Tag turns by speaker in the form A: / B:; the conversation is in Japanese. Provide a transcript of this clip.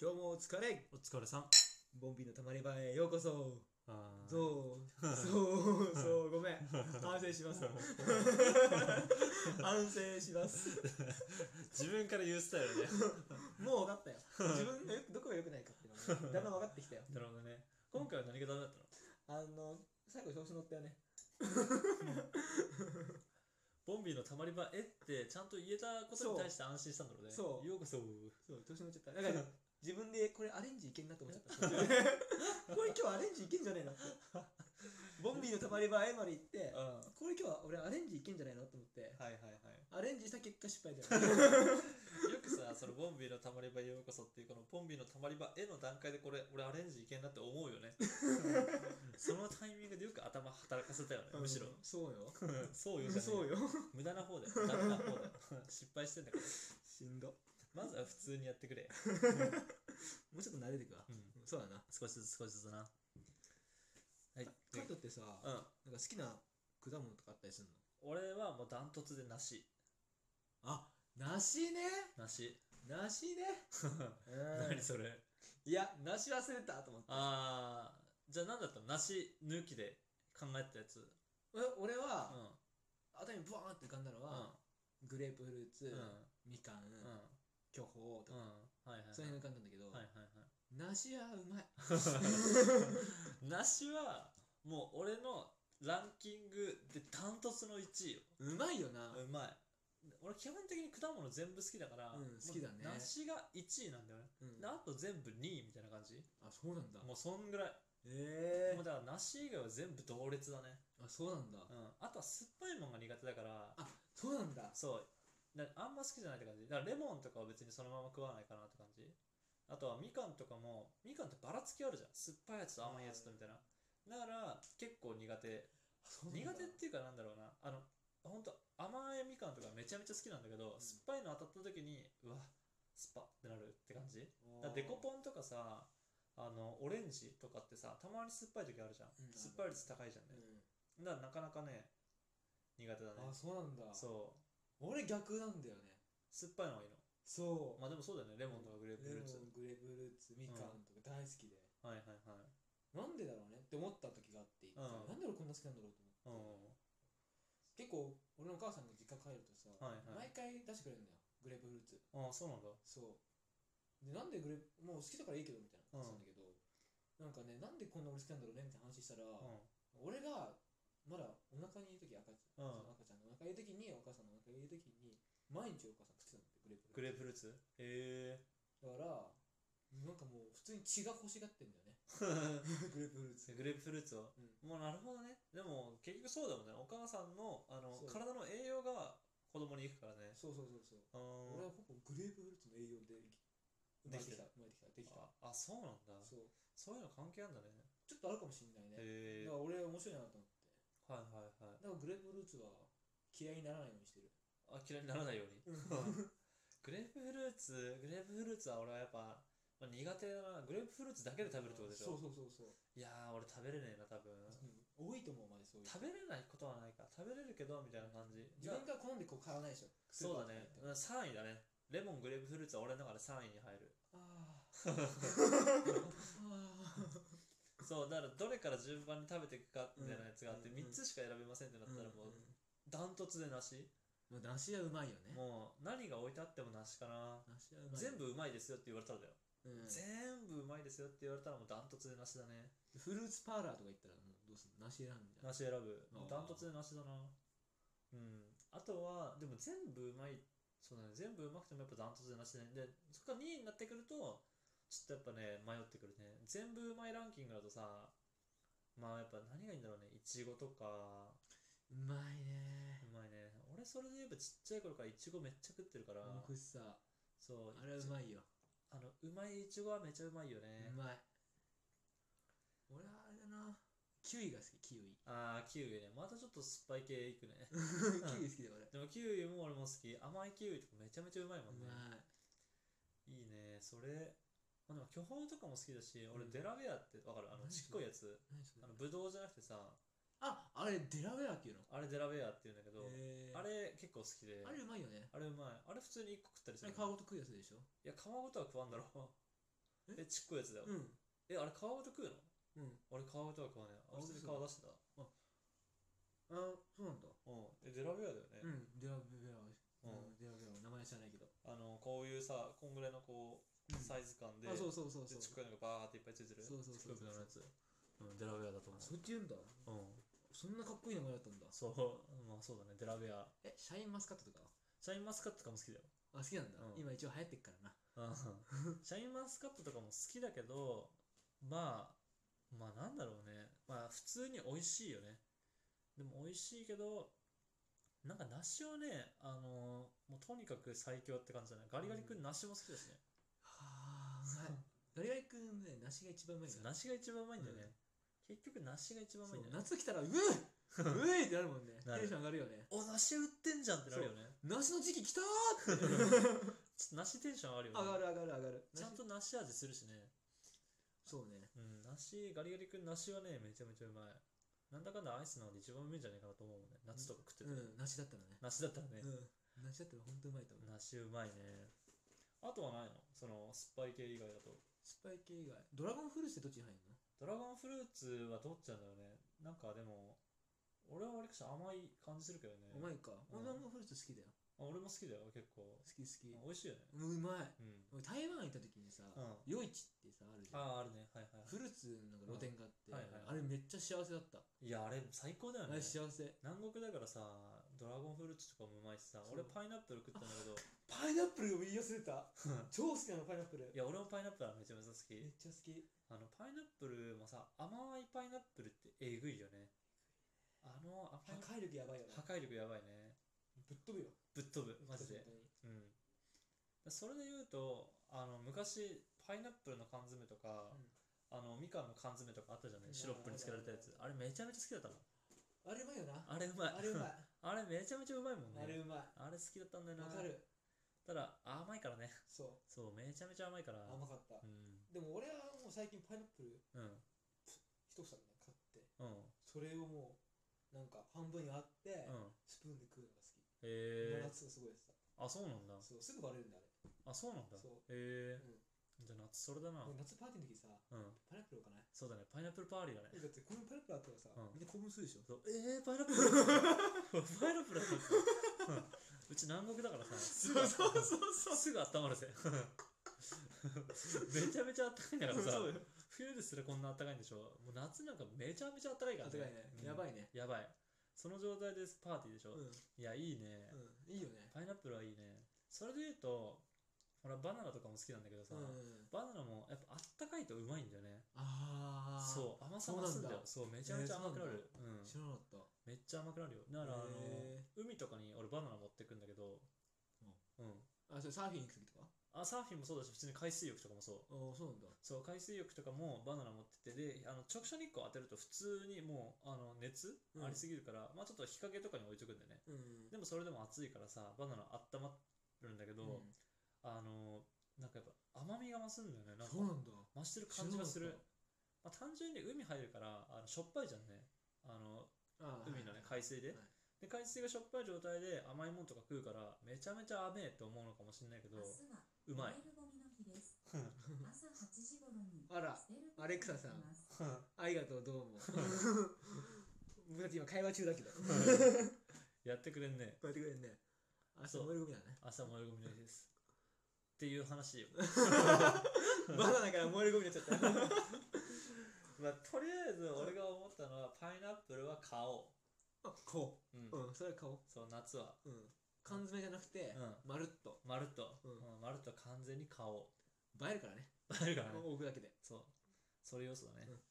A: 今日もお疲れ
B: お疲れさん。
A: ボンビーのたまり場へようこそ
B: あー
A: そうそうそうごめ ん反省します 反省します
B: 自分から言うスタイルね。
A: もう分かったよ自分がよくどこが良くないかっていうのがねだんだん分かってきたよ
B: なるほどね。今回は何がダメだったの
A: あの最後調子乗ったよね
B: ボンビーのたまり場へってちゃんと言えたことに対して安心したんだろうね。
A: そう
B: ようこそ。
A: そう調子乗っちゃ っただから自分でこれアレンジいけんなと思っちゃった これ今日アレンジいけんじゃねえなってボンビーのたまり場へまで行って
B: うん。は
A: これ今日は俺アレンジいけんじゃないのと思って
B: いはいはい。
A: アレンジした結果失敗だ よ
B: よくさ、そのボンビーのたまり場へようこそっていうこのボンビーのたまり場への段階でこれ、俺アレンジいけんなって思うよ ね。そのタイミングでよく頭働かせたよね、むしろ
A: うん。そうよ
B: そうよじゃねえ
A: そうよ
B: 無駄な方だよ。無駄な方だよ。失敗してんだから。
A: しんど
B: まずは普通にやってくれ。
A: もうちょっと慣れてくわ
B: うん
A: そうだな
B: 少しずつ少しずつな。はい。
A: カイトってさ
B: う
A: なん
B: ん。
A: か好きな果物とかあったりするの
B: 俺はもうダントツで梨。
A: あ梨ね
B: 梨。
A: 梨ねうん
B: 何それ
A: いや梨忘れたと思って
B: あー、じゃあ何だったの梨抜きで考えたやつ。
A: え俺
B: うん。
A: は頭にブワーンって浮かんだの
B: うん。
A: はグレープフルーツ
B: うん。
A: みかん
B: うん。
A: 巨峰と
B: うん
A: か。
B: はいはいはい。
A: その辺が浮かんだんだけど
B: はいはい
A: 梨はう まい
B: はい。梨はもう俺のランキングでダントツの1位よ。
A: うまいよな
B: うまい。俺基本的に果物全部好きだから、
A: うん好きだね
B: もう梨が1位なんだよね。
A: うん
B: であと全部2位みたいな感じ。
A: あそうなんだ
B: もうそんぐらい。
A: ええ
B: もうだから梨以外は全部同列だね。
A: あそうなんだ
B: うん。あとは酸っぱいもんが苦手だから、
A: あそうなんだ
B: そう。なあんま好きじゃないって感じ。だからレモンとかは別にそのまま食わないかなって感じ。あとはみかんとかも、みかんってばらつきあるじゃん。酸っぱいやつと甘いやつとみたいな。だから結構苦手。
A: あそう
B: 苦
A: なんだ
B: 手っていうかなんだろうな。あの、ほんと甘いみかんとかめちゃめちゃ好きなんだけど、
A: ん
B: 酸っぱいの当たった時に、うわ、酸っぱってなるって感じ。だからデコポンとかさあのオレンジとかってさたまに酸っぱい時あるじゃん、
A: うん
B: 酸っぱい率高いじゃんね、
A: う
B: だからなかなかね苦手だね
A: んあそうなんだ
B: そう
A: 俺逆なんだよね
B: 酸っぱいのがいいの
A: そう
B: まあでもそうだよねレモンとかグレープフ
A: レ
B: ルー
A: モ
B: ツ
A: ングレープフルーツみかんとか大好きで、
B: はいはいはい
A: なんでだろうねって思った時があって、
B: うん
A: なんで俺こんな好きなんだろうと
B: うん
A: 思って、結構俺のお母さんが実家帰るとさ、
B: はいはい
A: 毎回出してくれるんだよグレープフルーツ
B: ああそうなんだ
A: そうでなんでグレープもう好きだからいいけどみたいな
B: うん
A: 感じなんだけど、なんかねなんでこんな俺好きなんだろうねみたいな話したら、
B: う
A: 俺がまだお腹にいる時赤ちゃ
B: うん
A: ん、その赤ちゃんのお腹にいる時にお母さんのお腹にいる時に毎日お母さん食ってたんだってグレープ
B: んグレープフルーツ へえ
A: だからなんかもう普通に血が欲しがってんだよねグレープフ
B: グ
A: ルーツ
B: レープフルーツを
A: うん
B: もうなるほどねでも結局そうだもんねお母さんのあの
A: そう
B: 体の栄養が子供に行くからね
A: そうそうそうそ
B: う
A: う俺
B: ん
A: はほぼグレープフルーツの栄養で生まれてきた生まれてきたできた
B: ああそうなんだ
A: そう
B: そういうの関係あるんだね
A: ちょっとあるかもしんないね
B: へえ
A: だから俺面白いなと思って
B: はいはいはい
A: だからグレープフルーツは嫌いにならないようにしてる
B: あ嫌いにならないように
A: うん
B: グレープフルーツグレープフルーツは俺はやっぱ、まあ、苦手だなグレープフルーツだけで食べるってことでし
A: そ
B: ょ
A: うそうそうそう、
B: いやー俺食べれねえな多分
A: うん多いと思うまでそういう
B: 食べれないことはないか食べれるけどみたいな感じ
A: 自分が好んでこう買わないでしょ
B: そうだね
A: スーパーとか行って
B: 3位だねレモングレープフルーツは俺の中で3位に入る
A: あ
B: そうだからどれから順番に食べていくかみたいなやつがあって
A: うん
B: 3つしか選べませんってなっ
A: あ
B: たらもうダントツで梨
A: もう梨はうまいよね
B: もう何が置いてあっても梨かな
A: 梨はうまい
B: 全、部うまいですよって言われたらだよ
A: うん
B: 全部うまいですよって言われたらもうダントツで梨だね
A: フルーツパーラーとか行ったらもうどうすんの梨選んじゃん
B: 梨選ぶ
A: あー
B: ダントツで梨だなうんあとはでも全部うまいそうだね全部うまくてもやっぱダントツで梨だねでそっから2位になってくるとちょっとやっぱね迷ってくるね全部うまいランキングだとさまあやっぱ何がいいんだろうねいちごとか
A: うまいね
B: うまいね俺それで言えばちっちゃい頃からいちごめっちゃ食ってるから
A: 僕さ
B: そう
A: あれはうまいよ
B: あのうまいいちごはめちゃうまいよね
A: うまい俺はあれだなキウイが好きキウイ
B: あーキウイねまたちょっと酸っぱい系いくね
A: キウイ
B: でも
A: 好きだよ俺
B: キウイも俺も好き甘いキウイとかめちゃめちゃうまいもん
A: う
B: ね
A: まい
B: いいねそれあでも巨峰とかも好きだし俺
A: うん
B: デラウェアってわかるあの
A: 何
B: ちっ
A: そ
B: こい
A: れ
B: やつ
A: 何そ
B: あ
A: れ
B: のブドウじゃなくてさ
A: ああれデラウェアっていうの
B: あれデラウェアって言うんだけど
A: へー
B: あれ結構好きで
A: あれうまいよね
B: あれうまいあれ普通に1個食ったりす
A: あ
B: る
A: れ皮ごと食うやつでしょ
B: いや皮ごとは食わんだろえ、ちっこいやつだよ。
A: うん
B: え、あれ皮ごと食うの
A: うん
B: 俺皮ごとは食わねえ。あ
A: あ
B: 普通に皮
A: そう
B: 出してた。
A: あそうなんだ
B: うん。え、デラウェアだよね。
A: うんデラベラ
B: う
A: うんんデラベラ名前は知らないけど
B: あの、こういうさ、こんぐらいのこう、サイズ感で、
A: あそうそうそう
B: で
A: そう
B: ちっこいのがバーっていっぱいついてる。
A: そうそうそう
B: ちっこいのやつ。うん、デラウェアだと思
A: そうやって言うんだ
B: う。うん。
A: そんなかっこいい名前だったんだ
B: そう、まあそうだね、デラウェア。
A: えシャインマスカットとか
B: シャインマスカットとかも好きだよ。
A: あ好きなんだ
B: うん
A: 今一応流行ってっからな
B: うん シャインマスカットとかも好きだけど、まあ、まあなんだろうね。まあ普通に美味しいよね。でも美味しいけど、なんか梨はね、あのもうとにかく最強って感じだね。ガリガリ君梨も好きだしね。
A: はあガリガリ君ね梨が一番うまい
B: そう
A: から
B: 梨が一番うまいんだよね。結局梨が一番うま
A: そ
B: いん
A: う
B: だよね。
A: 夏来たら うえうえってなるもんね
B: なる
A: テンション上がるよね
B: お、梨売ってんじゃんってなるよね。
A: 梨の時期来たーっ
B: ちょ
A: て
B: っと梨テンション上がるよね。
A: 上がる上がる上がる
B: ちゃんと梨味するしね。
A: そうね
B: うん、梨、ガリガリ君、梨はね、めちゃめちゃうまい。なんだかんだアイスなので一番うめえんじゃないかなと思うもんね。夏とか食ってて。
A: うん梨だったらね
B: 梨だったらね、
A: うん梨だったら本当うまいと思う
B: 梨うまいね。あとはないのその酸っぱい系以外だと。
A: スパイ系以外ドラゴンフルーツってどっちに入るの
B: ドラゴンフルーツはどっちなんだよね。なんかでも、俺は割かし甘い感じするけどね。
A: うまいか
B: うん
A: 俺ドラゴンフルーツ好きだよ
B: あ俺も好きだよ、結構。
A: 好き好き
B: 美味しいよね。
A: うんうまい
B: うん。
A: 俺台湾行った時にさ
B: うん
A: 夜市ってさあるじゃん
B: ああ、あるね。はいはいは
A: フルーツのなんか露店があっ
B: う
A: て
B: んはいはいはい
A: あれめっちゃ幸せだった
B: い。いや、あれ最高だよ
A: あ
B: ね
A: れ。幸せ
B: 南国だからさ、ドラゴンフルーツとかもうまいしさ、
A: そう
B: 俺パイナップル食ったんだけ ど、
A: パイナップルを言い忘れた超好きなのパイナップル
B: いや、俺もパイナップルはめちゃめちゃ好き
A: め。っちゃ好き
B: あのパイナップルもさ甘いパイナップルってえぐいよねあの
A: 破
B: 甘い
A: 壊力やばいよね
B: 破壊力やばいね
A: ぶっ飛ぶよ
B: ぶっ飛ぶマジでうんそれで言うとあの昔パイナップルの缶詰とか、
A: うん
B: あのみかんの缶詰とかあったじゃない
A: うん
B: シロップにつけられたやつあれめちゃめちゃ好きだったの
A: あれうまいよな
B: あれうまい
A: あれうまい
B: あれめちゃめちゃうまいもんね
A: あれうまい
B: あれ好きだったんだよな
A: わかる
B: ただ甘いからね
A: そ
B: そうめちゃめちゃ甘いから
A: う甘かっ
B: う
A: た
B: ん
A: でも俺はもう最近パイナップル
B: うん
A: 一房みたいなの買っ
B: うん
A: てそれをもうなんか半分に割って
B: うん
A: スプーンで食うのが好き
B: へえ
A: 夏がすごいやってた
B: あそうなんだ
A: そうすぐ割れるんだあれ
B: あそうなんだ
A: そう
B: へえ
A: うん
B: じゃあ夏それだな
A: 俺夏パーティーの時さ
B: うん
A: パイナップル置かない
B: そうだねパイナップルパーリーだね
A: えだってこのパイナップルあったらさ
B: うん
A: みんな興奮するでしょ
B: そうえー、パイナップル パイナップルだったんですようんうち南国だからさすぐ
A: そうそうそう
B: そうすぐ温ま るぜめちゃめちゃ暖かいんだからさ
A: そうよ
B: 冬ですらこんな暖かいんでしょもう夏なんかめちゃめちゃ暖かいか
A: あ
B: ら
A: とかいねやばいね
B: いやばいその状態でパーティーでしょ、
A: うんう
B: いやいいね、
A: んいいよね
B: パイナップルはいいねそれで言うと俺はバナナとかも好きなんだけどさ、
A: うん
B: バナナもやっぱあったかいとうまいんだよね
A: ああ
B: そう甘さ増すんだよそうめちゃめちゃ甘くなる、うん
A: 知らなかった
B: めっちゃ甘くなるよだからあの
A: へ
B: 海とかに俺バナナ持ってくんだけどうん、
A: あそれサーフィン行く時とか
B: あサーフィンもそうだし普通に海水浴とかもそう
A: ああそうなんだ
B: そう海水浴とかもバナナ持っててであの直射日光当てると普通にもうあの熱
A: うん
B: ありすぎるから、まあちょっと日陰とかに置いとくんだよね
A: うん
B: でもそれでも暑いからさバナナ温まるんだけど、
A: うん
B: あのなんかやっぱ甘みが増すんだよねなんか
A: そうなんだ
B: 増してる感じがす
A: 知ら
B: る
A: なかっ、
B: まあ、単純に海入るからあのしょっぱいじゃんねあの
A: あー
B: 海のね
A: はい
B: 海水で,、
A: はい
B: で海水がしょっぱい状態で甘いもんとか食うからめちゃめちゃ甘えと思うのかもしれないけど
C: 明日
B: う
C: は
B: まい
C: 燃えるゴミの日です
B: うん
C: 朝8時頃に
A: あら
C: 捨てる
A: アレクサさん
C: ことになります
A: ありがとう どうも僕たち今会話中だけどこ
B: やってくれんね
A: うやってくれるねあそう
B: そう
A: 燃えるゴミだね
B: 朝燃えるゴミの日ですっていう話よ
A: バナナから燃えるゴミになっちゃった
B: まあとりあえず俺が思ったのはパイナップルは買お
A: あ顔
B: う、うん
A: うんそれは顔
B: そう夏は
A: うん缶詰じゃなくて
B: うん
A: まるっと
B: まるっと、
A: うん
B: うんまるっと完全に買おう
A: 映えるからね
B: 映えるからね
A: 置くだけで
B: そうそれ要素だね、
A: うん